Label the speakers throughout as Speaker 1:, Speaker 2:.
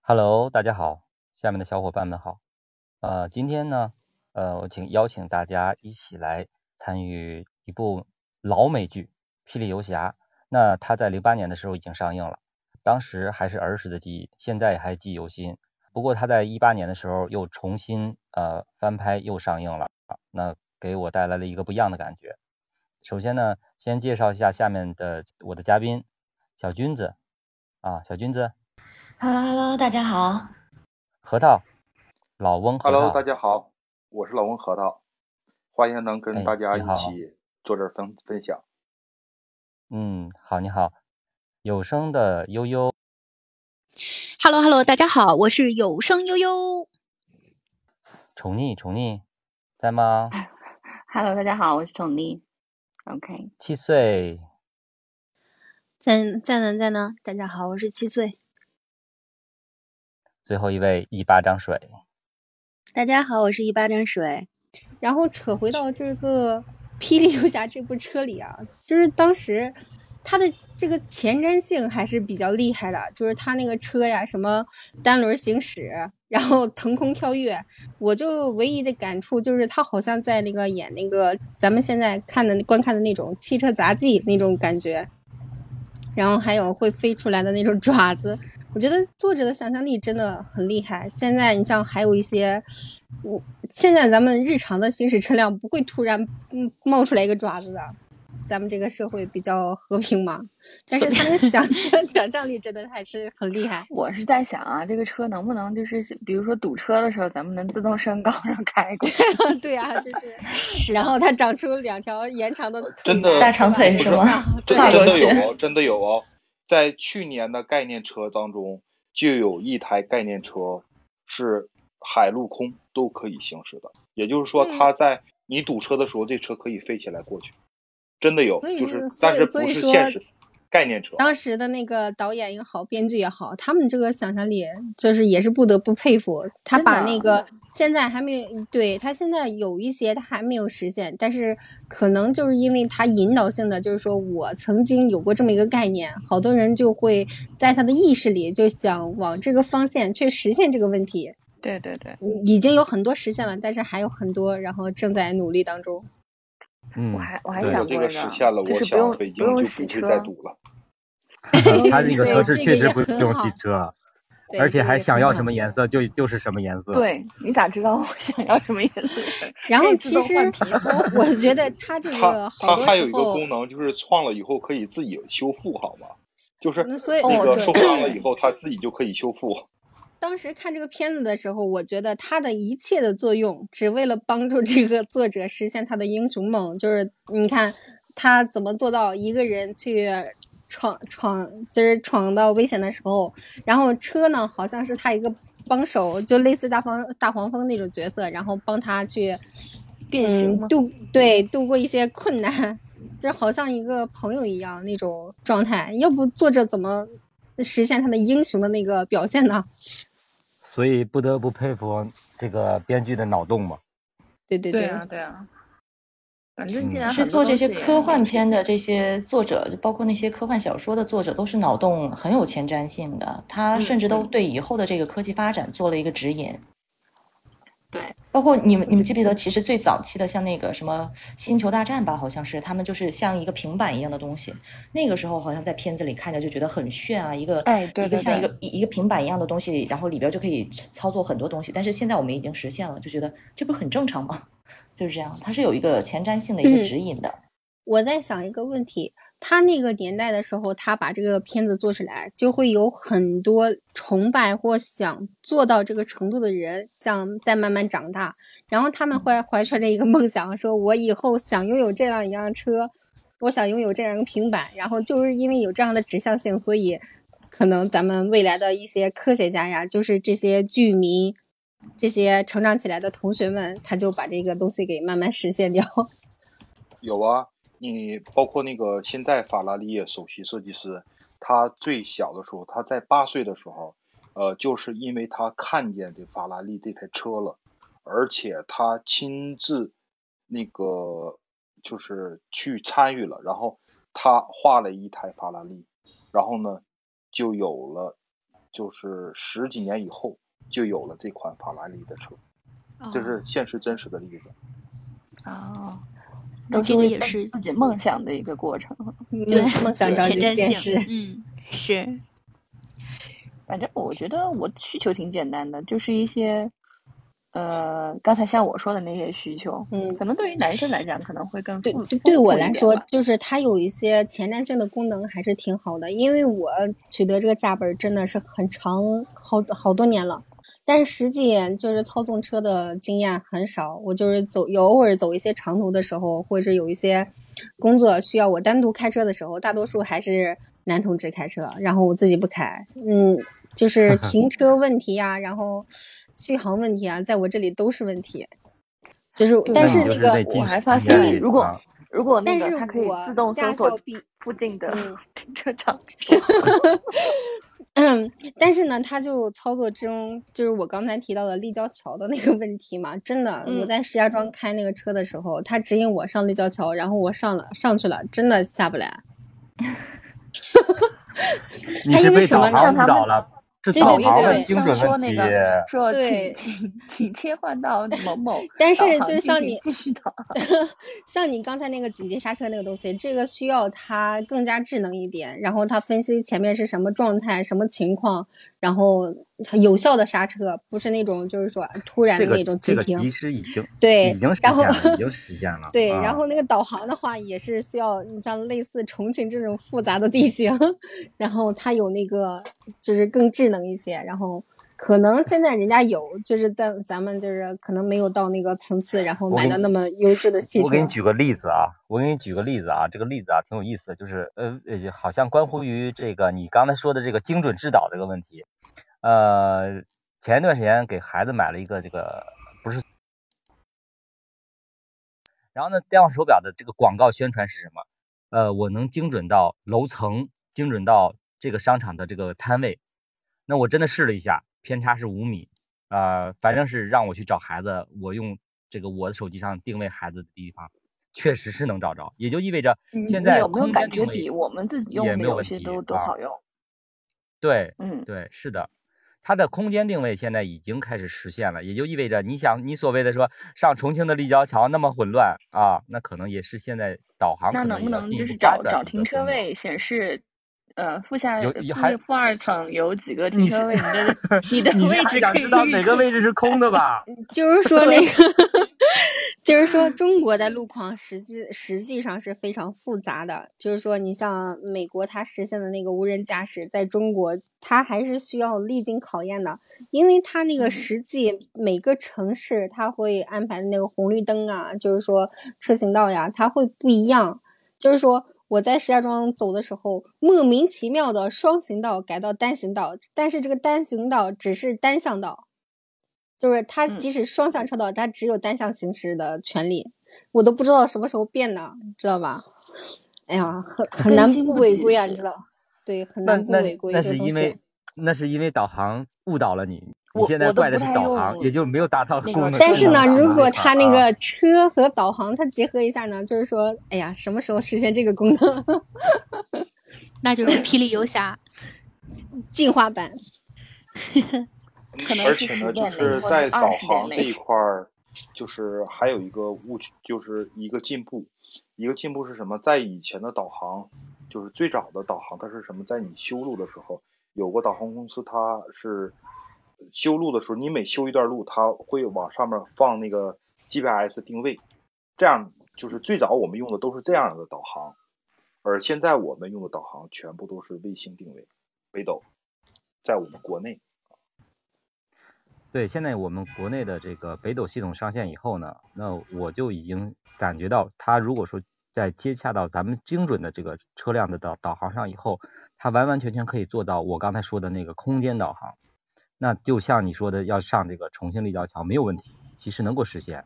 Speaker 1: Hello，大家好，下面的小伙伴们好。呃，今天呢，呃，我请邀请大家一起来参与一部老美剧《霹雳游侠》。那它在零八年的时候已经上映了，当时还是儿时的记忆，现在还记忆犹新。不过它在一八年的时候又重新呃翻拍又上映了，那给我带来了一个不一样的感觉。首先呢，先介绍一下下面的我的嘉宾小君子啊，小君子。
Speaker 2: Hello Hello，大家好。
Speaker 1: 核桃，老翁核桃。
Speaker 3: Hello，大家好，我是老翁核桃，欢迎能跟大家一起坐这儿分、哎、分享。
Speaker 1: 嗯，好，你好，有声的悠悠。
Speaker 4: Hello Hello，大家好，我是有声悠悠。
Speaker 1: 宠溺，宠溺，在吗
Speaker 5: ？Hello，大家好，我是宠溺。OK。
Speaker 1: 七岁。
Speaker 4: 在在呢在呢，嗯大家好，我是七岁。
Speaker 1: 最后一位一巴掌水，
Speaker 6: 大家好，我是一巴掌水。
Speaker 7: 然后扯回到这个《霹雳游侠》这部车里啊，就是当时它的这个前瞻性还是比较厉害的，就是它那个车呀，什么单轮行驶，然后腾空跳跃。我就唯一的感触就是，它好像在那个演那个咱们现在看的观看的那种汽车杂技那种感觉。然后还有会飞出来的那种爪子，我觉得作者的想象力真的很厉害。现在你像还有一些，我现在咱们日常的行驶车辆不会突然嗯冒出来一个爪子的，咱们这个社会比较和平嘛。但是他那个想象 想象力真的还是很厉害。
Speaker 5: 我是在想啊，这个车能不能就是比如说堵车的时候，咱们能自动升高然后开过
Speaker 7: 去？对啊，就是，然后它长出两条延长的啊
Speaker 3: 真的
Speaker 2: 大长腿是吗？
Speaker 3: 真真的有哦，真的有哦。在去年的概念车当中，就有一台概念车是海陆空都可以行驶的，也就是说，它在你堵车的时候，这车可以飞起来过去。真的有，就是，但是不是现实概念车。
Speaker 7: 当时的那个导演也好，编剧也好，他们这个想象力，就是也是不得不佩服。他把
Speaker 3: 啊
Speaker 7: 那个现在还没有，对他现在有一些他还没有实现，但是可能就是因为他引导性的，就是说我曾经有过这么一个概念，好多人就会在他的意识里就想往这个方向去实现这个问题。嗯
Speaker 5: 对对对，
Speaker 7: 已经有很多实现了，但是还有很多，然后正在努力当中。
Speaker 1: 嗯，
Speaker 5: 我还我还想
Speaker 3: 这个实现了，我想北京就不会再堵了。
Speaker 8: 他这个车是确实不用洗车，啊而且还想要什么颜色就就是什么颜色。
Speaker 5: 对你咋知道我想要什么颜色？
Speaker 7: 然后其实 我觉得他这 个
Speaker 3: 好多时候，它还有一个功能就是创了以后可以自己修复，好吗？就是
Speaker 7: 嗯
Speaker 3: 哦那个受伤嗯了以后，它自己就可以修复。
Speaker 7: 当时看这个片子的时候，我觉得它的一切的作用，只为了帮助这个作者实现他的英雄梦。就是你看他怎么做到一个人去闯闯，就是闯到危险的时候，然后车呢好像是他一个帮手，就类似大黄大黄蜂那种角色，然后帮他去
Speaker 5: 变形、嗯、
Speaker 7: 度对度过一些困难，就好像一个朋友一样那种状态。要不作者怎么实现他的英雄的那个表现呢？
Speaker 8: 所以不得不佩服这个编剧的脑洞嘛。
Speaker 7: 对对
Speaker 5: 对啊，对啊。反
Speaker 3: 嗯
Speaker 5: 正
Speaker 2: 其实做这些科幻片的这些作者，就包括那些科幻小说的作者，都是脑洞很有前瞻性的。
Speaker 5: 嗯
Speaker 2: 他甚至都对以后的这个科技发展做了一个指引。
Speaker 5: 对，
Speaker 2: 包括你们，你们记不记得，其实最早期的像那个什么《星球大战》吧，好像是他们就是像一个平板一样的东西。那个时候好像在片子里看着就觉得很炫啊，一个、
Speaker 5: 哎、对
Speaker 2: 一个像一个一一个平板一样的东西，然后里边就可以操作很多东西。但是现在我们已经实现了，就觉得这不是很正常吗？就是这样，它是有一个前瞻性的一个指引的。嗯、
Speaker 7: 我在想一个问题。他那个年代的时候，他把这个片子做出来，就会有很多崇拜或想做到这个程度的人，想再慢慢长大，然后他们会怀揣着一个梦想，说我以后想拥有这样一辆车，我想拥有这样一个平板，然后就是因为有这样的指向性，所以可能咱们未来的一些科学家呀，就是这些剧迷，这些成长起来的同学们，他就把这个东西给慢慢实现掉。
Speaker 3: 有啊。你包括那个现在法拉利首席设计师，他最小的时候，他在八岁的时候，呃，就是因为他看见这法拉利这台车了，而且他亲自那个就是去参与了，然后他画了一台法拉利，然后呢就有了就是十几年以后就有了这款法拉利的车，
Speaker 7: 哦
Speaker 3: 这是现实真实的例子。
Speaker 5: 啊，
Speaker 6: 那这个也是
Speaker 5: 自己梦想的一个过程。
Speaker 6: 对
Speaker 7: 梦想着
Speaker 6: 嗯前
Speaker 7: 急
Speaker 6: 瞻
Speaker 7: 现
Speaker 6: 性
Speaker 7: 实，，
Speaker 6: 嗯，是，
Speaker 5: 反正我觉得我需求挺简单的，就是一些，呃，刚才像我说的那些需求，
Speaker 7: 嗯，
Speaker 5: 可能对于男生来讲可能会更
Speaker 7: 对
Speaker 5: 丰
Speaker 7: 对，对
Speaker 5: 丰
Speaker 7: 我
Speaker 5: 富一
Speaker 7: 来
Speaker 5: 点
Speaker 7: 说
Speaker 5: 吧，
Speaker 7: 就是它有一些前瞻性的功能还是挺好的，因为我取得这个驾本真的是很长，好好多年了。但是实际就是操纵车的经验很少，我就是走有偶尔走一些长途的时候，或者有一些工作需要我单独开车的时候，大多数还是男同志开车，然后我自己不开。嗯，就是 停车问题呀、然后续航问题啊，在我这里都是问题。就是，
Speaker 5: 对
Speaker 7: 但
Speaker 5: 那
Speaker 7: 是
Speaker 8: 嗯
Speaker 5: 你
Speaker 8: 就
Speaker 7: 那
Speaker 8: 是
Speaker 7: 个
Speaker 8: 得
Speaker 5: 我
Speaker 8: 进
Speaker 5: 还
Speaker 8: 行
Speaker 5: 发
Speaker 8: 经验
Speaker 5: 现
Speaker 8: 累
Speaker 5: 如果
Speaker 8: 啊
Speaker 5: 如果那
Speaker 7: 但
Speaker 5: 个
Speaker 7: 是
Speaker 5: 它可以
Speaker 7: 我
Speaker 5: 自动搜
Speaker 7: 驾校
Speaker 5: 索
Speaker 7: 毕，
Speaker 5: 附近的
Speaker 7: 嗯
Speaker 5: 停 车场，
Speaker 7: 嗯， 但是呢，它就操作中，就是我刚才提到的立交桥的那个问题嘛，真的，
Speaker 5: 嗯
Speaker 7: 我在石家庄开那个车的时候，他指引我上立交桥，然后我上了上去了，真的下不来。
Speaker 8: 你
Speaker 7: 他
Speaker 8: 是
Speaker 7: 哎因为
Speaker 8: 被
Speaker 7: 什
Speaker 8: 导
Speaker 7: 么呢
Speaker 8: 航误
Speaker 5: 让他
Speaker 8: 导
Speaker 5: 们
Speaker 8: 了，是
Speaker 7: 对对
Speaker 8: 导
Speaker 7: 对
Speaker 8: 航
Speaker 7: 对
Speaker 8: 的
Speaker 7: 对
Speaker 8: 精
Speaker 5: 上
Speaker 8: 准
Speaker 5: 说
Speaker 8: 哦问
Speaker 5: 那
Speaker 8: 题。
Speaker 5: 个说
Speaker 7: 对
Speaker 5: 请请请切换到某某 导
Speaker 7: 但是
Speaker 5: 航
Speaker 7: 就
Speaker 5: 进
Speaker 7: 是像
Speaker 5: 行
Speaker 7: 你
Speaker 5: 继续导航。
Speaker 7: 像你刚才那个紧急刹车那个东西，这个需要它更加智能一点，然后它分析前面是什么状态、什么情况，然后它有效的刹车，不是那种就是说突然
Speaker 8: 这
Speaker 7: 的
Speaker 8: 个
Speaker 7: 那种急
Speaker 8: 这个
Speaker 7: 停。
Speaker 8: 其实已经
Speaker 7: 对
Speaker 8: 已经实
Speaker 7: 然
Speaker 8: 现
Speaker 7: 后
Speaker 8: 了，已经实现了。
Speaker 7: 对，
Speaker 1: 嗯
Speaker 8: 啊
Speaker 7: 然后那个导航的话也是需要你像类似重庆这种复杂的地形， 然后它有那个就是更智能一些，然后可能现在人家有，就是在咱们就是可能没有到那个层次，然后
Speaker 1: 我
Speaker 7: 买
Speaker 1: 给
Speaker 7: 到
Speaker 1: 你
Speaker 7: 那么优质的汽
Speaker 1: 我
Speaker 7: 车
Speaker 1: 给。你举个例子啊，我给你举个例子啊，这个例子啊挺有意思的，就是呃呃，好像关乎于这个你刚才说的这个精准制导这个问题。呃，前一段时间给孩子买了一个这个不是，然后呢，电话手表的这个广告宣传是什么？呃，我能精准到楼层，精准到这个商场的这个摊位。那我真的试了一下，偏差是五米，呃，反正是让我去找孩子，我用这个我的手机上定位孩子的地方，确实是能找着，也就意味着
Speaker 5: 嗯，
Speaker 1: 现
Speaker 5: 你
Speaker 1: 在
Speaker 5: 有没有
Speaker 1: 空
Speaker 5: 感
Speaker 1: 间定
Speaker 5: 觉比
Speaker 1: 位
Speaker 5: 我们自己
Speaker 1: 也
Speaker 5: 用
Speaker 8: 没
Speaker 5: 的
Speaker 1: 没有
Speaker 5: 有
Speaker 1: 问
Speaker 5: 些
Speaker 1: 题
Speaker 5: 都都
Speaker 1: 啊。
Speaker 5: 好用？
Speaker 1: 对
Speaker 5: 嗯，
Speaker 1: 对，是的，它的空间定位现在已经开始实现了，也就意味着你想你所谓的说上重庆的立交桥那么混乱啊，那可能也是现在导航
Speaker 5: 那
Speaker 1: 可能
Speaker 5: 能不
Speaker 1: 也要
Speaker 5: 能
Speaker 1: 进一
Speaker 5: 就
Speaker 1: 步
Speaker 5: 是
Speaker 1: 发
Speaker 5: 找
Speaker 1: 展的
Speaker 5: 找
Speaker 1: 一个
Speaker 5: 停车
Speaker 1: 功能。
Speaker 5: 位显示，呃，负下
Speaker 1: 有
Speaker 5: 呃
Speaker 1: 有
Speaker 5: 负
Speaker 1: 还
Speaker 5: 面负二层有几个停
Speaker 8: 你是
Speaker 5: 车位？你的 你的
Speaker 8: 你是
Speaker 5: 位
Speaker 8: 还
Speaker 5: 置
Speaker 8: 想
Speaker 5: 可
Speaker 8: 知
Speaker 5: 以
Speaker 8: 道
Speaker 5: 预
Speaker 8: 哪个
Speaker 5: 计。
Speaker 8: 位置是空的 吧？
Speaker 7: 就是说 那个，就是说中国的路况实际实际上是非常复杂的。就是说，你像美国它实现的那个无人驾驶，在中国它还是需要历经考验的，因为它那个
Speaker 5: 嗯
Speaker 7: 实际每个城市它会安排的那个红绿灯啊，就是说车行道呀，它会不一样。就是说我在石家庄走的时候，莫名其妙的双行道改到单行道，但是这个单行道只是单向道。就是它
Speaker 5: 嗯，
Speaker 7: 即使双向车道，它只有单向行驶的权利，我都不知道什么时候变的，知道吧？哎呀，很很
Speaker 5: 更
Speaker 7: 难
Speaker 5: 新
Speaker 7: 不
Speaker 5: 不
Speaker 7: 违
Speaker 5: 及
Speaker 7: 规啊，你
Speaker 5: 时。
Speaker 7: 知道？对，很
Speaker 1: 那
Speaker 7: 难不
Speaker 1: 那
Speaker 7: 违规
Speaker 1: 那
Speaker 7: 这
Speaker 1: 是
Speaker 7: 东
Speaker 1: 因
Speaker 7: 西。
Speaker 1: 为那是因为导航误导了你，你
Speaker 5: 我
Speaker 1: 现在
Speaker 5: 我都
Speaker 1: 怪的
Speaker 5: 不
Speaker 1: 是
Speaker 5: 太
Speaker 1: 导航，也
Speaker 5: 用
Speaker 1: 就没有达到
Speaker 5: 那
Speaker 1: 功
Speaker 5: 个
Speaker 1: 能
Speaker 7: 但
Speaker 5: 车
Speaker 7: 是
Speaker 1: 智能
Speaker 7: 呢，
Speaker 5: 导
Speaker 1: 导航这
Speaker 5: 了。
Speaker 7: 如果
Speaker 1: 一块儿
Speaker 7: 它那
Speaker 1: 啊。
Speaker 7: 个车和导航它结合一下呢，就是说，哎呀，什么时候实现这个功能？
Speaker 6: 那就是霹雳游侠，
Speaker 7: 进化版。
Speaker 3: 嗯，
Speaker 5: 可能
Speaker 3: 而
Speaker 5: 是
Speaker 3: 且
Speaker 5: 十
Speaker 3: 呢，就
Speaker 5: 年内
Speaker 3: 是
Speaker 5: 或者
Speaker 3: 在
Speaker 5: 二
Speaker 3: 导
Speaker 5: 十年
Speaker 3: 航这
Speaker 5: 内。
Speaker 3: 一块儿，就是还有一个误区，就是一个进步，一个进步是什么？在以前的导航，就是最早的导航，它是什么？在你修路的时候，有个导航公司，它是修路的时候，你每修一段路，它会往上面放那个 GPS 定位，这样就是最早我们用的都是这样的导航，而现在我们用的导航全部都是卫星定位，北斗，在我们国内。
Speaker 1: 对，现在我们国内的这个北斗系统上线以后呢，那我就已经感觉到，它如果说在接洽到咱们精准的这个车辆的导导航上以后，它完完全全可以做到我刚才说的那个空间导航。那就像你说的，要上这个重庆立交桥没有问题，其实能够实现。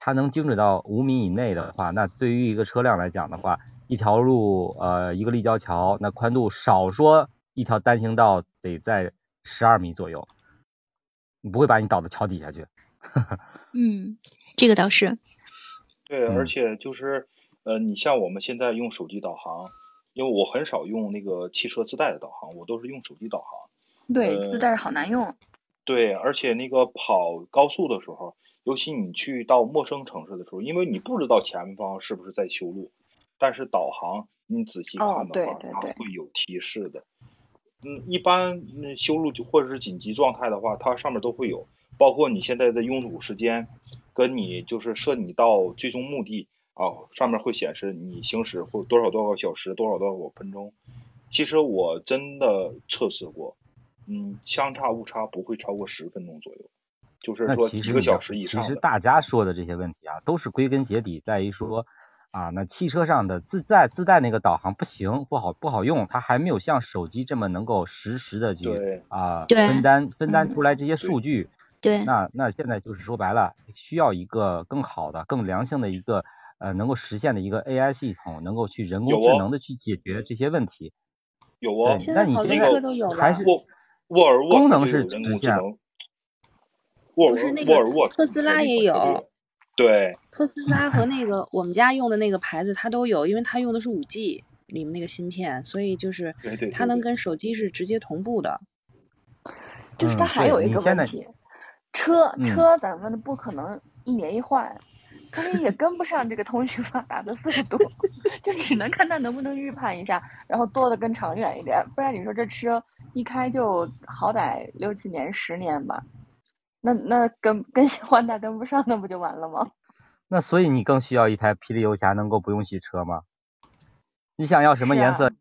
Speaker 1: 它能精准到五米以内的话，那对于一个车辆来讲的话，一条路呃一个立交桥，那宽度少说一条单行道得在十二米左右。你不会把你倒到桥底下去。
Speaker 6: 嗯，这个倒是，
Speaker 3: 对，而
Speaker 1: 嗯，
Speaker 3: 且就是，呃，你像我们现在用手机导航，因为我很少用那个汽车自带的导航，我都是用手机导航。
Speaker 5: 对，
Speaker 3: 呃
Speaker 5: 自带好难用。
Speaker 3: 对，而且那个跑高速的时候，尤其你去到陌生城市的时候，因为你不知道前方是不是在修路，但是导航你仔细
Speaker 5: 哦
Speaker 3: 看
Speaker 5: 对
Speaker 3: 的话，
Speaker 5: 对
Speaker 3: 它
Speaker 5: 对
Speaker 3: 会有提示的。嗯，一般嗯修路就或者是紧急状态的话，它上面都会有，包括你现在的拥堵时间，跟你就是设你到最终目的啊、上面会显示你行驶或多少多少小时，多少多少分钟。其实我真的测试过，嗯，相差误差不会超过十分钟左右，就是
Speaker 1: 那
Speaker 3: 说
Speaker 1: 其
Speaker 3: 几
Speaker 1: 实
Speaker 3: 个
Speaker 1: 你要
Speaker 3: 小时以
Speaker 1: 其
Speaker 3: 上
Speaker 1: 实
Speaker 3: 的。
Speaker 1: 大家说的这些问题啊，都是归根结底在于说啊，那汽车上的自带自带那个导航不行，不好不好用，它还没有像手机这么能够实时的去
Speaker 3: 对
Speaker 1: 啊
Speaker 7: 对
Speaker 1: 分担分担
Speaker 7: 嗯
Speaker 1: 出来这些数据。
Speaker 7: 对，
Speaker 1: 那那现在就是说白了，需要一个更好的、更良性的一个呃能够实现的一个 AI 系统，能够去人工
Speaker 3: 有
Speaker 1: 智
Speaker 3: 哦
Speaker 1: 能的去解决这些问题。
Speaker 3: 有
Speaker 1: 对
Speaker 3: 哦，，
Speaker 1: 那你
Speaker 9: 好多
Speaker 1: 现
Speaker 3: 那
Speaker 1: 在
Speaker 9: 车
Speaker 3: 个
Speaker 9: 都有
Speaker 1: 还
Speaker 9: 了
Speaker 1: 是
Speaker 3: 沃沃尔沃
Speaker 1: 功
Speaker 3: 它
Speaker 1: 能
Speaker 3: 就是有人
Speaker 1: 实
Speaker 3: 工智
Speaker 1: 现了。
Speaker 3: 能，沃
Speaker 4: 不
Speaker 3: 尔
Speaker 4: 是那
Speaker 3: 沃
Speaker 4: 个
Speaker 3: 尔沃
Speaker 4: 特斯
Speaker 3: 它
Speaker 4: 拉
Speaker 3: 那
Speaker 4: 也
Speaker 3: 本身就
Speaker 4: 有
Speaker 3: 有，，对。
Speaker 4: 特斯拉和那个我们家用的那个牌子它都有，因为它用的是五 G 里面那个芯片，所以就是
Speaker 3: 对对
Speaker 4: 它
Speaker 3: 对
Speaker 4: 能
Speaker 3: 对
Speaker 4: 跟手机是直接同步的。
Speaker 5: 就是它
Speaker 1: 嗯，
Speaker 5: 还
Speaker 1: 对
Speaker 5: 有一
Speaker 1: 你
Speaker 5: 个
Speaker 1: 现
Speaker 5: 问
Speaker 1: 在
Speaker 5: 题，车
Speaker 1: 嗯。
Speaker 5: 车咱们不可能一年一换，它那也跟不上这个通讯发达的速度， 就只能看它能不能预判一下，然后做的更长远一点，不然你说这车一开就好歹六七年、十年吧，那那跟跟换代跟不上，那不就完了吗？
Speaker 1: 那所以你更需要一台霹雳游侠能够不用洗车吗？你想要什么
Speaker 5: 是
Speaker 1: 颜
Speaker 5: 啊，
Speaker 1: 色？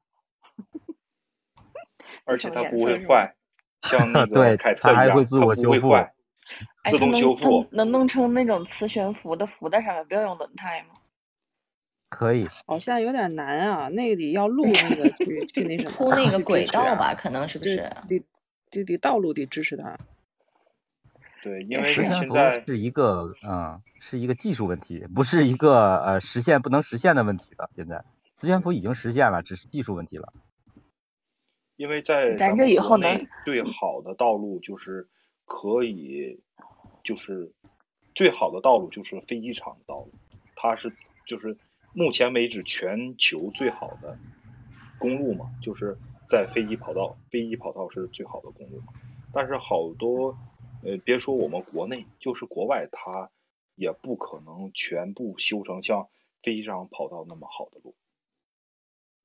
Speaker 3: 而
Speaker 5: 什
Speaker 3: 且
Speaker 5: 么
Speaker 3: 它
Speaker 5: 颜
Speaker 3: 不
Speaker 5: 色
Speaker 3: 会
Speaker 5: 是吧？
Speaker 3: 坏，像那个
Speaker 1: 对，
Speaker 3: 凯
Speaker 1: 它
Speaker 3: 特一
Speaker 1: 还会
Speaker 3: 样，
Speaker 1: 自
Speaker 3: 它
Speaker 1: 我
Speaker 3: 不
Speaker 1: 修
Speaker 3: 会
Speaker 1: 复。
Speaker 3: 坏，
Speaker 5: 哎，
Speaker 3: 自
Speaker 5: 它
Speaker 3: 动
Speaker 5: 能
Speaker 3: 修
Speaker 5: 它
Speaker 3: 复。
Speaker 5: 能弄成那种磁悬浮的，浮在上面，不要用轮胎吗？
Speaker 1: 可以，
Speaker 4: 好像有点难啊，那个得要路那 个去去那什
Speaker 2: 铺
Speaker 4: 么，
Speaker 2: 那个
Speaker 4: 去支
Speaker 2: 轨
Speaker 4: 持
Speaker 2: 道
Speaker 4: 啊，
Speaker 2: 吧，可能是不
Speaker 4: 对
Speaker 2: 是？
Speaker 4: 对对，得道路得支持它。
Speaker 3: 对，因
Speaker 5: 也
Speaker 3: 为
Speaker 1: 磁
Speaker 5: 是
Speaker 3: 你
Speaker 5: 啊，
Speaker 1: 悬
Speaker 3: 现
Speaker 1: 浮
Speaker 3: 在
Speaker 1: 是一个嗯，是一个技术问题，不是一个呃实现不能实现的问题了。现在磁
Speaker 3: 嗯
Speaker 1: 悬浮已经实现了，只是技术问题了。
Speaker 3: 因为在
Speaker 5: 咱
Speaker 3: 咱
Speaker 5: 这
Speaker 3: 们
Speaker 5: 以
Speaker 3: 国
Speaker 5: 后能。
Speaker 3: 内最好的道路就是可以，就是最好的道路就是飞机场的道路，它是就是目前为止全球最好的公路嘛，就是在飞机跑道，飞机跑道是最好的公路嘛。但是好多呃，别说我们国内，就是国外，它也不可能全部修成像飞机场跑道那么好的路。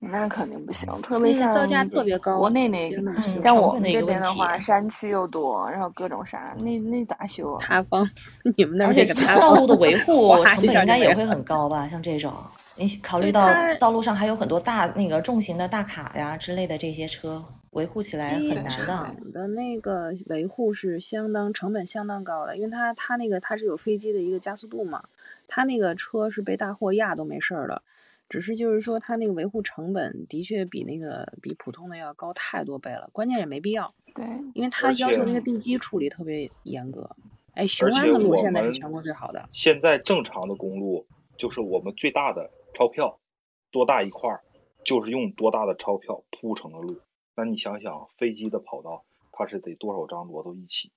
Speaker 5: 那肯定不行，
Speaker 1: 嗯
Speaker 5: 特别
Speaker 4: 那个造
Speaker 5: 像
Speaker 4: 价特
Speaker 3: 对
Speaker 4: 别
Speaker 5: 国
Speaker 4: 高，
Speaker 5: 内那
Speaker 4: 别那么
Speaker 2: 嗯，
Speaker 4: 修，
Speaker 5: 像
Speaker 2: 成
Speaker 5: 我
Speaker 2: 本
Speaker 5: 们
Speaker 2: 的一
Speaker 5: 这
Speaker 2: 个问
Speaker 5: 边的
Speaker 2: 题，啊
Speaker 5: 话，山区又多，然后各种啥，那那咋修啊？
Speaker 4: 塌方，你们那
Speaker 2: 而
Speaker 4: 儿
Speaker 2: 且
Speaker 4: 那个塌
Speaker 2: 道
Speaker 4: 方，
Speaker 2: 路的维护
Speaker 4: 哗
Speaker 2: 成本
Speaker 4: 一
Speaker 2: 应
Speaker 4: 下就
Speaker 2: 该也
Speaker 4: 没
Speaker 2: 会
Speaker 4: 了。
Speaker 2: 很高吧？像这种，你考虑
Speaker 4: 对
Speaker 2: 到
Speaker 4: 它，
Speaker 2: 道路上还有很多大那个重型的大卡呀之类的这些车，维护起来
Speaker 4: 机
Speaker 2: 很
Speaker 5: 对，
Speaker 2: 难的。
Speaker 4: 场的那个维护是相当成本相当高的，因为它它那个它是有飞机的一个加速度嘛，它那个车是被大货压都没事儿的，只是就是说它那个维护成本的确比那个比普通的要高太多倍了，关键也没必要，
Speaker 5: 对，
Speaker 4: 因为它
Speaker 3: 而
Speaker 4: 要求
Speaker 3: 且
Speaker 4: 那个
Speaker 5: 嗯，
Speaker 4: 地基处理特别严格。哎，
Speaker 3: 而
Speaker 4: 雄安
Speaker 3: 且
Speaker 4: 的路
Speaker 3: 我
Speaker 4: 现在是全
Speaker 3: 们
Speaker 4: 国最好的，
Speaker 3: 现在正常的公路，就是我们最大的钞票，多大一块儿，就是用多大的钞票铺成的路。那你想想，飞机的跑道，它是得多少张摞到一起？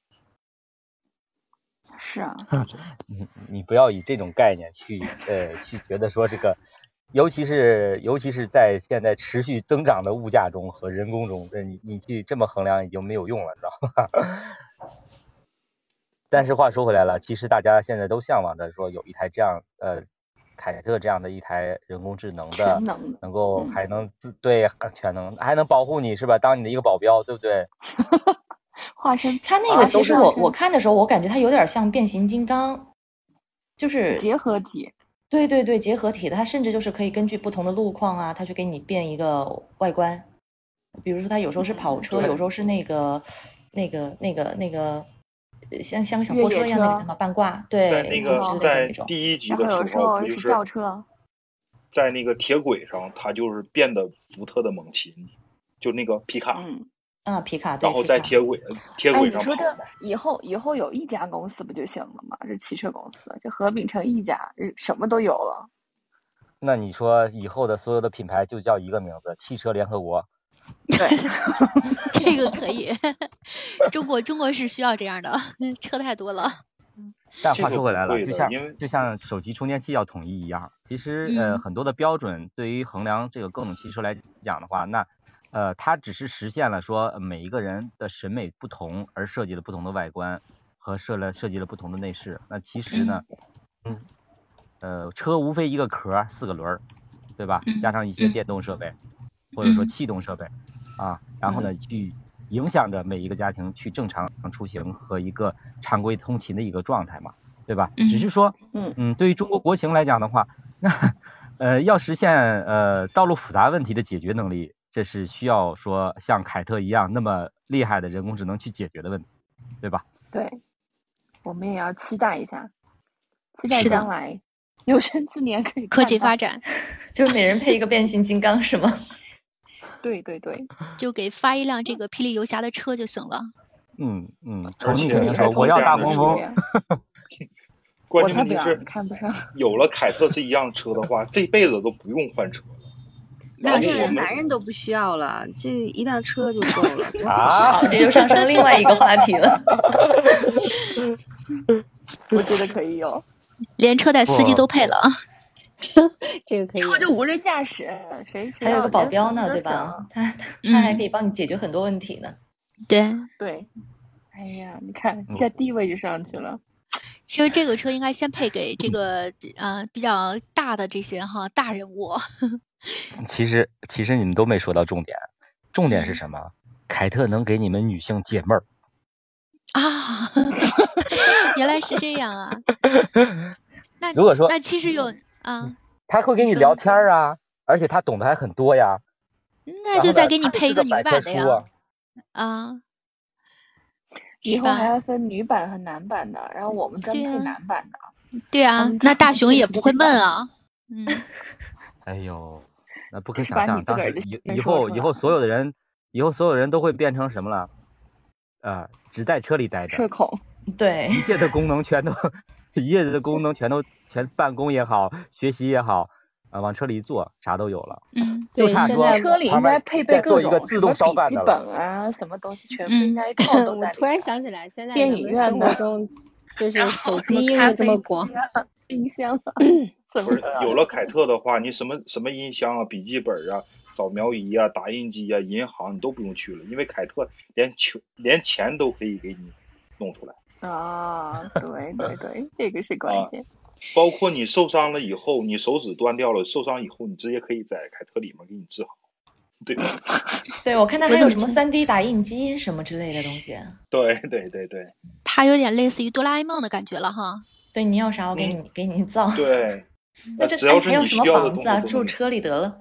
Speaker 5: 是啊，
Speaker 3: 对不对？
Speaker 1: 你你不要以这种概念去呃去觉得说这个，尤其是尤其是在现在持续增长的物价中和人工中，这你你去这么衡量已经没有用了，你知道吗？ 但是话说回来了，其实大家现在都向往着说有一台这样呃凯特这样的一台人工智能的，
Speaker 5: 全能的，
Speaker 1: 能够
Speaker 5: 嗯，
Speaker 1: 还能自对还全能，还能保护你是吧？当你的一个保镖，对不对？
Speaker 5: 化身
Speaker 2: 它
Speaker 4: 啊
Speaker 2: 那个
Speaker 5: 法
Speaker 2: 其
Speaker 5: 术
Speaker 2: 实
Speaker 5: 化
Speaker 2: 我我
Speaker 5: 身
Speaker 2: 看的时候，我感觉它有点像变形金刚，就是
Speaker 5: 结合体，
Speaker 2: 对对对，结合体的，它甚至就是可以根据不同的路况啊，它去给你变一个外观。比如说，它有时候是跑
Speaker 5: 嗯，
Speaker 2: 车，有
Speaker 3: 对
Speaker 2: 时候是那个、那个、那个、那个，呃像像个小
Speaker 5: 越
Speaker 2: 货
Speaker 5: 野
Speaker 2: 车一样的，给它
Speaker 5: 车，
Speaker 2: 们半挂，
Speaker 3: 在
Speaker 2: 对，
Speaker 3: 那
Speaker 2: 就
Speaker 3: 个
Speaker 2: 之
Speaker 5: 哦，
Speaker 2: 类的那
Speaker 3: 在
Speaker 2: 种。
Speaker 3: 第一集
Speaker 5: 然
Speaker 3: 的
Speaker 5: 后
Speaker 3: 时
Speaker 5: 有时
Speaker 3: 候，
Speaker 5: 候
Speaker 3: 不就是是
Speaker 5: 轿车，
Speaker 3: 在那个铁轨上，它就是变得福特的猛禽，就那个皮卡，
Speaker 5: 嗯，
Speaker 2: 啊，皮卡，
Speaker 3: 然
Speaker 2: 对，
Speaker 3: 后
Speaker 2: 皮
Speaker 3: 在
Speaker 2: 卡，
Speaker 3: 铁轨铁
Speaker 5: 哎，
Speaker 3: 轨
Speaker 5: 你
Speaker 3: 上
Speaker 5: 说这
Speaker 3: 跑嘛。
Speaker 5: 以后以后有一家公司不就行了吗？这汽车公司，这合并成一家，这什么都有了。
Speaker 1: 那你说以后的所有的品牌就叫一个名字，汽车联合国。
Speaker 5: 对，
Speaker 7: 这个可 以。中国中国是需要这样的，车太多了。
Speaker 1: 但
Speaker 3: 这
Speaker 1: 话
Speaker 3: 个
Speaker 1: 说回
Speaker 3: 不
Speaker 1: 来了，
Speaker 3: 会
Speaker 1: 就
Speaker 3: 的，
Speaker 1: 像
Speaker 3: 因为
Speaker 1: 就像手机充电器要统一一样，其实呃
Speaker 7: 嗯
Speaker 1: 很多的标准对于衡量这个各种汽车来讲的话，那呃，它只是实现了说呃每一个人的审美不同而设计了不同的外观和设了设计了不同的内饰。那其实呢，嗯，呃，车无非一个壳儿四个轮儿，对吧？加上一些
Speaker 6: 嗯
Speaker 1: 电动设备或者说
Speaker 6: 嗯
Speaker 1: 气动设备啊，然后呢
Speaker 5: 嗯
Speaker 1: 去影响着每一个家庭去正常出行和一个常规通勤的一个状态嘛，对吧？只是说，
Speaker 5: 嗯
Speaker 1: 嗯，对于中国国情来讲的话，那呃要实现呃道路复杂问题的解决能力，这是需要说像凯特一样那么厉害的人工智能去解决的问题，对吧？
Speaker 5: 对，我们也要期待一下，期待
Speaker 6: 是的
Speaker 5: 将来有生之年可以
Speaker 6: 科技
Speaker 5: 看到
Speaker 6: 发。展
Speaker 2: 就是每人配一个变形金刚是吗？
Speaker 5: 对对对，
Speaker 6: 就给发一辆这个霹雳游侠的车就行了。
Speaker 1: 嗯嗯，
Speaker 3: 而
Speaker 1: 宠溺
Speaker 3: 且
Speaker 1: 肯定
Speaker 3: 还
Speaker 1: 说
Speaker 3: 从
Speaker 1: 我要
Speaker 3: 这
Speaker 1: 大
Speaker 3: 样的
Speaker 1: 黄
Speaker 3: 视
Speaker 1: 蜂
Speaker 3: 角，关
Speaker 5: 我
Speaker 3: 键
Speaker 5: 才
Speaker 3: 问
Speaker 5: 不
Speaker 3: 题
Speaker 5: 要，
Speaker 3: 是，
Speaker 5: 看不上。
Speaker 3: 有了凯特这一辆车的话，这辈子都不用换车了。
Speaker 6: 那
Speaker 3: 然
Speaker 4: 这
Speaker 3: 后
Speaker 6: 是
Speaker 3: 我
Speaker 4: 连
Speaker 3: 们
Speaker 4: 男人都不需要了，这一辆车就够了，多好！
Speaker 8: 啊，
Speaker 2: 好，这就上升另外一个话题了。
Speaker 5: 我觉得可以有，
Speaker 6: 连车带司机
Speaker 1: 不
Speaker 6: 都配了啊！
Speaker 7: 这个可以
Speaker 5: 以后就无人驾驶，谁谁
Speaker 2: 还有
Speaker 5: 要
Speaker 2: 个保
Speaker 5: 人
Speaker 2: 镖
Speaker 5: 死
Speaker 2: 呢，
Speaker 5: 就
Speaker 2: 对吧
Speaker 5: 省？
Speaker 2: 他他他还
Speaker 6: 嗯
Speaker 2: 可以帮你解决很多问题呢。
Speaker 6: 对，
Speaker 5: 对，哎呀，你看
Speaker 1: 嗯
Speaker 5: 现在地位就上去了。
Speaker 6: 其实这个车应该先配给这个呃比较大的这些哈大人物。
Speaker 1: 其实其实你们都没说到重点，重点是
Speaker 6: 嗯
Speaker 1: 什么？凯特能给你们女性解闷儿。
Speaker 6: 啊， 原来是这样啊！那
Speaker 8: 如果说
Speaker 6: 那其实有
Speaker 5: 嗯
Speaker 6: 啊，
Speaker 8: 他会跟
Speaker 6: 你
Speaker 8: 你
Speaker 6: 说
Speaker 8: 聊天儿啊，而且他懂得还很多呀。
Speaker 6: 那
Speaker 8: 然
Speaker 6: 就
Speaker 8: 后
Speaker 6: 再
Speaker 8: 呢
Speaker 6: 给你
Speaker 8: 他就
Speaker 6: 配
Speaker 8: 是
Speaker 6: 一
Speaker 8: 个
Speaker 6: 个女
Speaker 8: 百科
Speaker 6: 版的
Speaker 8: 书
Speaker 6: 呀
Speaker 8: 啊。
Speaker 6: 啊，
Speaker 5: 以
Speaker 6: 是
Speaker 5: 后还
Speaker 6: 吧？
Speaker 5: 要分女版和男版的，然后我们专
Speaker 6: 对
Speaker 5: 配
Speaker 6: 啊，
Speaker 5: 男版的，
Speaker 6: 对
Speaker 5: 他
Speaker 6: 啊
Speaker 5: 们，
Speaker 6: 那
Speaker 5: 专
Speaker 6: 大
Speaker 5: 门
Speaker 6: 雄
Speaker 5: 配
Speaker 6: 也
Speaker 5: 自
Speaker 6: 不会
Speaker 5: 己
Speaker 6: 闷
Speaker 5: 版的，
Speaker 6: 啊。嗯，
Speaker 1: 哎呦，那不可
Speaker 5: 就是
Speaker 1: 想
Speaker 5: 把你
Speaker 1: 象，
Speaker 5: 自
Speaker 1: 当
Speaker 5: 个儿
Speaker 1: 时
Speaker 5: 的
Speaker 1: 以
Speaker 5: 先
Speaker 1: 以
Speaker 5: 说
Speaker 1: 后
Speaker 5: 出
Speaker 1: 以
Speaker 5: 来。
Speaker 1: 后所有的人，以后所有人都会变成什么了？啊、只在车里
Speaker 8: 啊
Speaker 1: 待着，
Speaker 5: 社恐，
Speaker 2: 对，
Speaker 1: 一切的功能全都，一切的功能全都全办公也好，学习也好，啊、往车里一坐，啥都有 了，
Speaker 6: 嗯
Speaker 1: 就
Speaker 7: 对，
Speaker 1: 差
Speaker 7: 现
Speaker 1: 说
Speaker 7: 在
Speaker 5: 车里应
Speaker 8: 旁
Speaker 5: 该
Speaker 8: 边
Speaker 5: 配备
Speaker 8: 再
Speaker 5: 各
Speaker 8: 做一个
Speaker 5: 种
Speaker 8: 自
Speaker 5: 什
Speaker 8: 动
Speaker 5: 么
Speaker 8: 烧
Speaker 5: 笔
Speaker 8: 饭
Speaker 5: 记
Speaker 8: 的了。
Speaker 5: 本啊，什么东西全部应
Speaker 6: 嗯
Speaker 5: 该套 都
Speaker 7: 我
Speaker 5: 在
Speaker 7: 突
Speaker 5: 里
Speaker 7: 然
Speaker 5: 边。
Speaker 7: 想起来， 现在
Speaker 5: 电
Speaker 7: 咱
Speaker 5: 影
Speaker 7: 们
Speaker 5: 院
Speaker 7: 生活
Speaker 5: 呐，
Speaker 7: 中就
Speaker 5: 然
Speaker 7: 是
Speaker 5: 后
Speaker 7: 手
Speaker 5: 什么
Speaker 7: 机应
Speaker 5: 咖
Speaker 7: 用这
Speaker 5: 啡
Speaker 7: 么
Speaker 5: 机
Speaker 7: 广，
Speaker 5: 啊、 冰箱啊，什
Speaker 3: 不
Speaker 5: 么
Speaker 3: 是
Speaker 5: 都要
Speaker 3: 有
Speaker 5: 有。
Speaker 3: 了凯特的话，你什么什么音箱啊、笔记本啊、扫描仪啊、打印机啊、银行你都不用去了，因为凯特连球连钱都可以给你弄出来
Speaker 5: 啊，对对对，这个是关
Speaker 3: 啊。
Speaker 5: 键。
Speaker 3: 包括你受伤了以后，你手指断掉了，受伤以后你直接可以在凯特里面给你治好，对吧？
Speaker 2: 对我看他
Speaker 6: 我
Speaker 2: 还
Speaker 6: 怎
Speaker 2: 有
Speaker 6: 么
Speaker 2: 什么
Speaker 6: 觉得
Speaker 2: 3 D 打印机什么之类的东西。啊
Speaker 3: 对对对对，
Speaker 6: 它有点类似于哆啦 A 梦的感觉了哈。
Speaker 2: 对，你要啥我给
Speaker 3: 嗯，
Speaker 2: 你给你造。
Speaker 3: 对，
Speaker 2: 那
Speaker 3: 呃，
Speaker 2: 这
Speaker 3: 只
Speaker 2: 哎
Speaker 3: 要
Speaker 2: 还
Speaker 3: 是
Speaker 2: 有
Speaker 3: 你
Speaker 2: 什么
Speaker 3: 需要的
Speaker 2: 房
Speaker 3: 东
Speaker 2: 子
Speaker 3: 西
Speaker 2: 啊？
Speaker 3: 都能
Speaker 2: 住
Speaker 3: 给你，
Speaker 2: 车里得 了。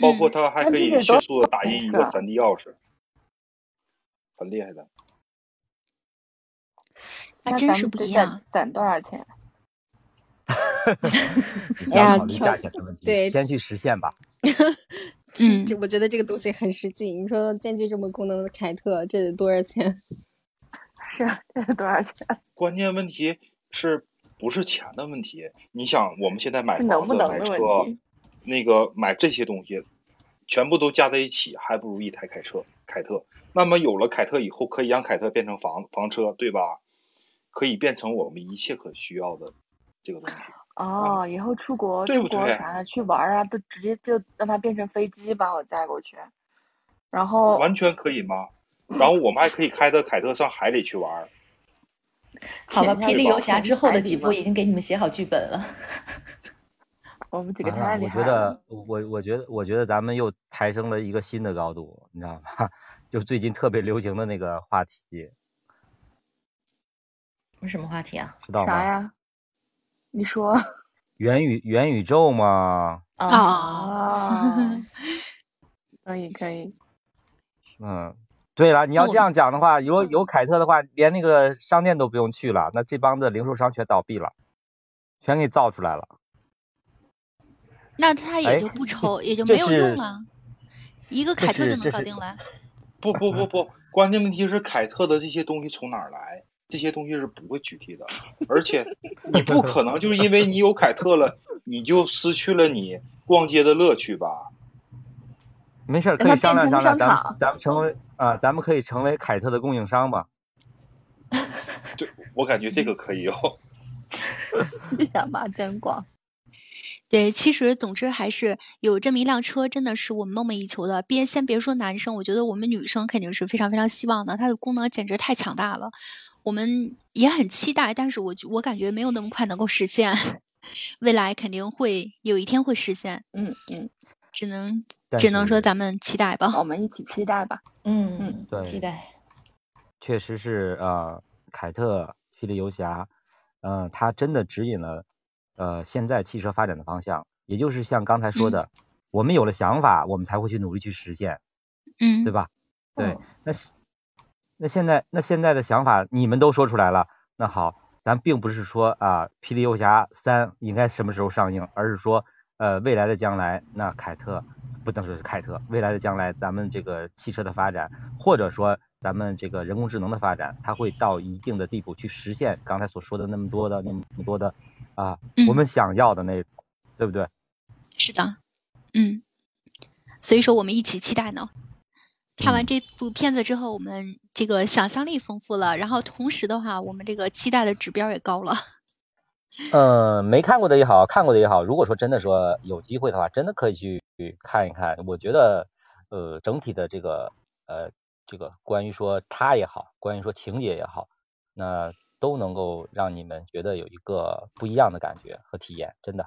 Speaker 3: 包括
Speaker 6: 嗯
Speaker 3: 它还
Speaker 5: 那
Speaker 3: 可
Speaker 5: 这
Speaker 3: 以
Speaker 5: 个多
Speaker 3: 迅速的打
Speaker 5: 好
Speaker 3: 印一
Speaker 5: 事
Speaker 3: 个
Speaker 5: 啊！
Speaker 3: 3 D 钥匙，很厉害的。
Speaker 6: 那
Speaker 5: 那
Speaker 6: 真
Speaker 5: 咱
Speaker 6: 是
Speaker 5: 们
Speaker 6: 不
Speaker 5: 得
Speaker 6: 一
Speaker 5: 攒
Speaker 6: 样。
Speaker 5: 攒多少钱？
Speaker 1: 你
Speaker 7: 哎
Speaker 1: 不要
Speaker 7: 呀，
Speaker 1: 考虑
Speaker 7: 条
Speaker 1: 价钱的问题，
Speaker 7: 对，
Speaker 1: 先去实现吧。
Speaker 7: 这
Speaker 6: 嗯，
Speaker 7: 我觉得这个东西很实际。你说兼具这么功能的凯特，这得多少钱？
Speaker 5: 是啊，这是多少钱？
Speaker 3: 关键问题是不是钱的问题？你想，我们现在买
Speaker 5: 是能
Speaker 3: 房
Speaker 5: 不
Speaker 3: 子、
Speaker 5: 能
Speaker 3: 买
Speaker 5: 的
Speaker 3: 车，
Speaker 5: 问题。
Speaker 3: 那个买这些东西，全部都加在一起，还不如一台凯车凯特。那么有了凯特以后，可以让凯特变成房房车，对吧？可以变成我们一切可需要的这个东西
Speaker 2: 嗯
Speaker 3: 啊，
Speaker 5: 哦，以后出国
Speaker 3: 对
Speaker 5: 出
Speaker 3: 不
Speaker 5: 国
Speaker 3: 对？
Speaker 5: 啥的去玩儿啊，都直接就让它变成飞机把我载过去，然后
Speaker 3: 完全可以吗？然后我们还可以开着凯特上海里去玩儿，
Speaker 2: 好吧，
Speaker 5: 潜下
Speaker 2: 霹
Speaker 5: 去
Speaker 2: 雳
Speaker 5: 吧，
Speaker 2: 游侠
Speaker 5: 潜
Speaker 2: 之
Speaker 5: 进
Speaker 2: 后
Speaker 5: 海
Speaker 2: 的
Speaker 5: 底
Speaker 2: 几部
Speaker 5: 嘛。
Speaker 2: 已经给你们写好剧本了。
Speaker 5: 我们几个
Speaker 1: 完
Speaker 5: 太
Speaker 1: 了，
Speaker 5: 厉
Speaker 1: 我觉
Speaker 5: 害了，
Speaker 1: 得我我觉得我觉得咱们又抬升了一个新的高度，你知道吧？ 就最近特别流行的那个话题，
Speaker 2: 什么话题啊？
Speaker 1: 知道
Speaker 5: 啥
Speaker 1: 吗？
Speaker 5: 呀？你说
Speaker 1: 元宇元宇宙嘛，
Speaker 2: 啊，
Speaker 5: 啊？可以可以，
Speaker 1: 嗯，对了，你
Speaker 6: 那
Speaker 5: 哦
Speaker 1: 要这
Speaker 6: 我
Speaker 1: 样讲的话，
Speaker 5: 嗯
Speaker 1: 有有凯特的话，连那个商店都不用去了，那这帮的零售商全倒闭了，全给造出来了。
Speaker 6: 那它也
Speaker 1: 哎，
Speaker 6: 就不愁，也就
Speaker 1: 这
Speaker 6: 没有用
Speaker 1: 是
Speaker 6: 了。一个
Speaker 1: 这
Speaker 6: 凯特就是能
Speaker 1: 这
Speaker 6: 搞
Speaker 1: 是
Speaker 6: 定了。
Speaker 3: 不不不不，关键问题是凯特的这些东西从哪儿来？这些东西是不会取替的，而且你不可能就是因为你有凯特了，你就失去了你逛街的乐趣吧？
Speaker 1: 没事儿，
Speaker 5: 让
Speaker 1: 可以
Speaker 5: 它
Speaker 1: 商
Speaker 5: 变
Speaker 1: 量
Speaker 5: 成
Speaker 1: 商
Speaker 5: 个
Speaker 1: 量，
Speaker 5: 商
Speaker 1: 咱们
Speaker 5: 场。
Speaker 1: 咱们成为啊、咱们可以成为凯特的供应商嘛？
Speaker 3: 这我感觉这个可以哦。
Speaker 5: 你想法真广，
Speaker 6: 对，其实总之还是有这么一辆车，真的是我们梦寐以求的。别先别说男生，我觉得我们女生肯定是非常非常希望的，它的功能简直太强大了，我们也很期待，但是我觉我感觉没有那么快能够实现， 未来肯定会有一天会实现，
Speaker 5: 嗯嗯，
Speaker 6: 只能
Speaker 1: 但
Speaker 6: 只能说
Speaker 1: 是
Speaker 6: 咱们期待
Speaker 5: 那我
Speaker 6: 吧。
Speaker 5: 们一起期待吧。
Speaker 2: 嗯
Speaker 5: 嗯
Speaker 2: 嗯，期
Speaker 1: 对
Speaker 2: 待。
Speaker 1: 确实是呃，凯特霹雳游侠，嗯、呃，它真的指引了呃现在汽车发展的方向，也就是像刚才说
Speaker 6: 嗯
Speaker 1: 的，我们有了想法，我们才会去努力去实现，
Speaker 6: 嗯
Speaker 1: 对吧？对
Speaker 2: 嗯，
Speaker 1: 那是那现在那现在的想法你们都说出来了，那好，咱并不是说啊，霹雳游侠三应该什么时候上映，而是说呃未来的将来，那凯特不能说是凯特，未来的将来咱们这个汽车的发展，或者说咱们这个人工智能的发展，它会到一定的地步去实现刚才所说的那么多的那么多的啊我
Speaker 6: 嗯，
Speaker 1: 们想要的那种，对不对？
Speaker 6: 是的，嗯，所以说我们一起期待呢。看完
Speaker 1: 嗯，
Speaker 6: 这部片子之后，我们这个想象力丰富了，然后同时的话，我们这个期待的指标也高了。
Speaker 1: 呃，没看过的也好，看过的也好，如果说真的说有机会的话，真的可以去看一看。我觉得，呃，整体的这个呃，这个关于说它也好，关于说情节也好，那都能够让你们觉得有一个不一样的感觉和体验，真的。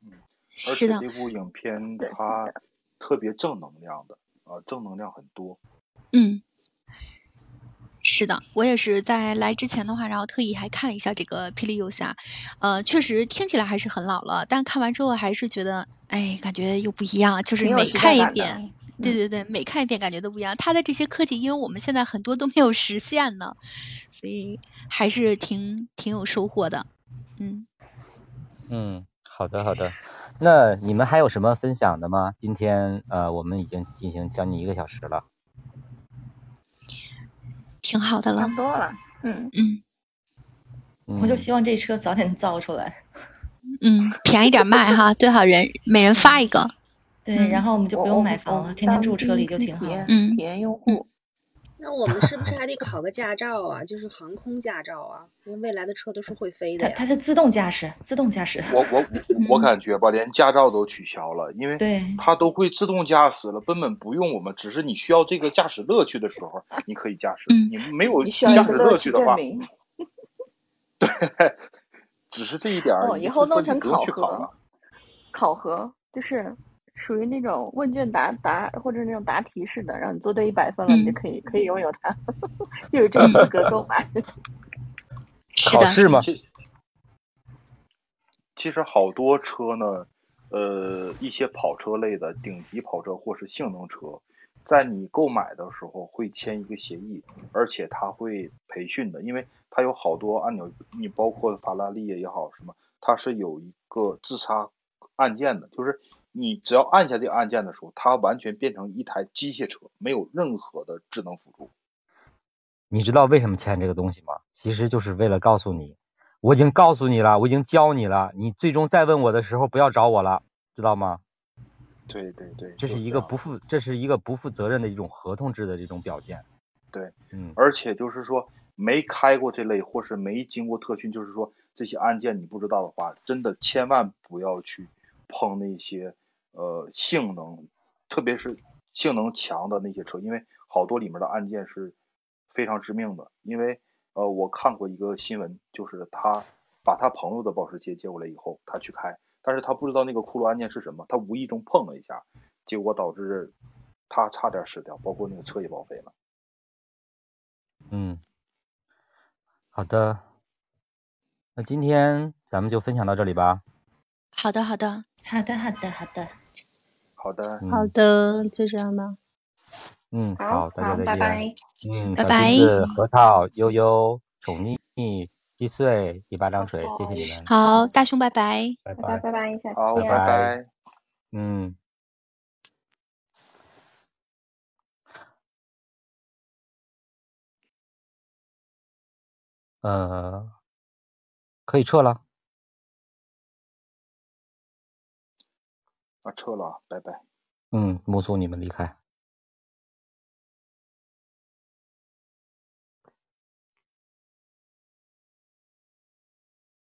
Speaker 3: 嗯，而
Speaker 6: 是
Speaker 3: 且
Speaker 6: 的，
Speaker 3: 这部影片
Speaker 5: 对，是
Speaker 3: 它
Speaker 5: 的，
Speaker 3: 特别正能量的，啊，正能量很多。
Speaker 6: 嗯，是的，我也是在来之前的话，然后特意还看了一下这个《霹雳游侠》，呃，确实听起来还是很老了，但看完之后还是觉得，哎，感觉又不一样，就是
Speaker 5: 挺有
Speaker 6: 每
Speaker 5: 时代
Speaker 6: 看一
Speaker 5: 感的。
Speaker 6: 遍。对
Speaker 5: 嗯，
Speaker 6: 对对，每看一遍感觉都不一样。它的这些科技，因为我们现在很多都没有实现呢，所以还是挺挺有收获的。嗯，
Speaker 1: 嗯，好的好的。那你们还有什么分享的吗？今天呃，我们已经进行将近一个小时了。
Speaker 6: 挺好的
Speaker 5: 差
Speaker 6: 了。
Speaker 5: 不多了。嗯，
Speaker 6: 嗯
Speaker 2: 我就
Speaker 1: 嗯，
Speaker 2: 希望这车早点造出来。
Speaker 6: 嗯，便宜点卖哈，最好人每人发一 个。
Speaker 2: 对，然
Speaker 5: 嗯，
Speaker 2: 后我们就
Speaker 5: 我
Speaker 2: 不用
Speaker 5: 我
Speaker 2: 买
Speaker 5: 们我
Speaker 2: 房了，
Speaker 5: 们
Speaker 2: 天天
Speaker 5: 当
Speaker 2: 住车
Speaker 5: 第
Speaker 2: 里
Speaker 5: 一
Speaker 2: 就
Speaker 5: 批
Speaker 2: 挺
Speaker 5: 体
Speaker 2: 好的。
Speaker 5: 验
Speaker 6: 嗯
Speaker 5: 体验用
Speaker 6: 嗯，
Speaker 5: 户。
Speaker 4: 那我们是不是还得考个驾照啊？就是航空驾照啊？因为未来的车都是会飞的
Speaker 2: 它
Speaker 4: 呀。
Speaker 2: 它是自动驾驶，自动驾驶。
Speaker 3: 我我我我
Speaker 6: 嗯，
Speaker 3: 感觉吧，连驾照都取消了，因 为
Speaker 2: 对，
Speaker 3: 它都会自动驾驶了，根本不用我们。只是你需要这个驾驶乐趣的时候，你可以驾驶；
Speaker 6: 嗯
Speaker 3: 你没有
Speaker 5: 你需要一
Speaker 3: 驾
Speaker 5: 个
Speaker 3: 驶
Speaker 5: 乐
Speaker 3: 乐
Speaker 5: 趣
Speaker 3: 趣的
Speaker 5: 证
Speaker 3: 话，
Speaker 5: 明
Speaker 3: 只是这一点儿，
Speaker 5: 哦，
Speaker 3: 你
Speaker 5: 以
Speaker 3: 就
Speaker 5: 后
Speaker 3: 是说
Speaker 5: 弄
Speaker 3: 你
Speaker 5: 成
Speaker 3: 不用
Speaker 5: 考
Speaker 3: 去考
Speaker 5: 核，
Speaker 3: 了。
Speaker 5: 考核就是属于那种问卷答答或者那种答题式的，然后你做对一百分了，你就
Speaker 6: 嗯
Speaker 5: 可以可以拥有它， 就有这个资
Speaker 6: 嗯，
Speaker 5: 格购买。
Speaker 6: 是
Speaker 1: 考
Speaker 6: 的，是
Speaker 1: 试
Speaker 6: 的，
Speaker 1: 吗？
Speaker 3: 其其实好多车呢，呃，一些跑车类的顶级跑车或是性能车，在你购买的时候会签一个协议，而且他会培训的，因为它有好多按钮，你包括法拉利也好什么，它是有一个自杀按键的，就是你只要按下这个按键的时候，它完全变成一台机械车，没有任何的智能辅助。
Speaker 1: 你知道为什么签这个东西吗？其实就是为了告诉你，我已经告诉你了，我已经教你了，你最终再问我的时候不要找我了，知道吗？
Speaker 3: 对对对，
Speaker 1: 这
Speaker 3: 就是是
Speaker 1: 一
Speaker 3: 这
Speaker 1: 个
Speaker 3: 样
Speaker 1: 不
Speaker 3: 的。
Speaker 1: 负，这是一个不负责任的一种合同制的这种表现。
Speaker 3: 对，
Speaker 1: 嗯，
Speaker 3: 而且就是说没开过这类，或是没经过特训，就是说这些案件你不知道的话，真的千万不要去碰那些呃性能，特别是性能强的那些车，因为好多里面的案件是非常致命的。因为呃，我看过一个新闻，就是他把他朋友的保时捷接过来以后，他去开，但是他不知道那个骷髅按键是什么，他无意中碰了一下，结果导致他差点死掉，包括那个车也报废了。
Speaker 1: 嗯，好的，那今天咱们就分享到这里吧。
Speaker 6: 好的好的，
Speaker 2: 好的，好的，好的，
Speaker 3: 好的，
Speaker 7: 好
Speaker 1: 嗯
Speaker 7: 的，就这样吧。
Speaker 1: 嗯，
Speaker 5: 好
Speaker 1: 好，大家
Speaker 5: 好，
Speaker 1: 再
Speaker 5: 拜
Speaker 1: 见。
Speaker 5: 拜。
Speaker 1: 嗯，
Speaker 6: 拜
Speaker 1: 小金
Speaker 6: 拜。
Speaker 1: 子、核桃、悠悠、宠溺、鸡碎、一巴掌
Speaker 5: 拜
Speaker 1: 锤，谢谢你们，
Speaker 6: 好，大熊拜拜。
Speaker 1: 拜
Speaker 5: 拜拜
Speaker 1: 拜，
Speaker 5: 拜拜，下次
Speaker 3: 好，
Speaker 1: 拜
Speaker 3: 拜
Speaker 5: 见。
Speaker 1: 拜。
Speaker 3: 拜。
Speaker 1: 嗯。呃，可以撤了。
Speaker 3: 啊，撤了啊，拜拜。
Speaker 1: 嗯，目送你们离开。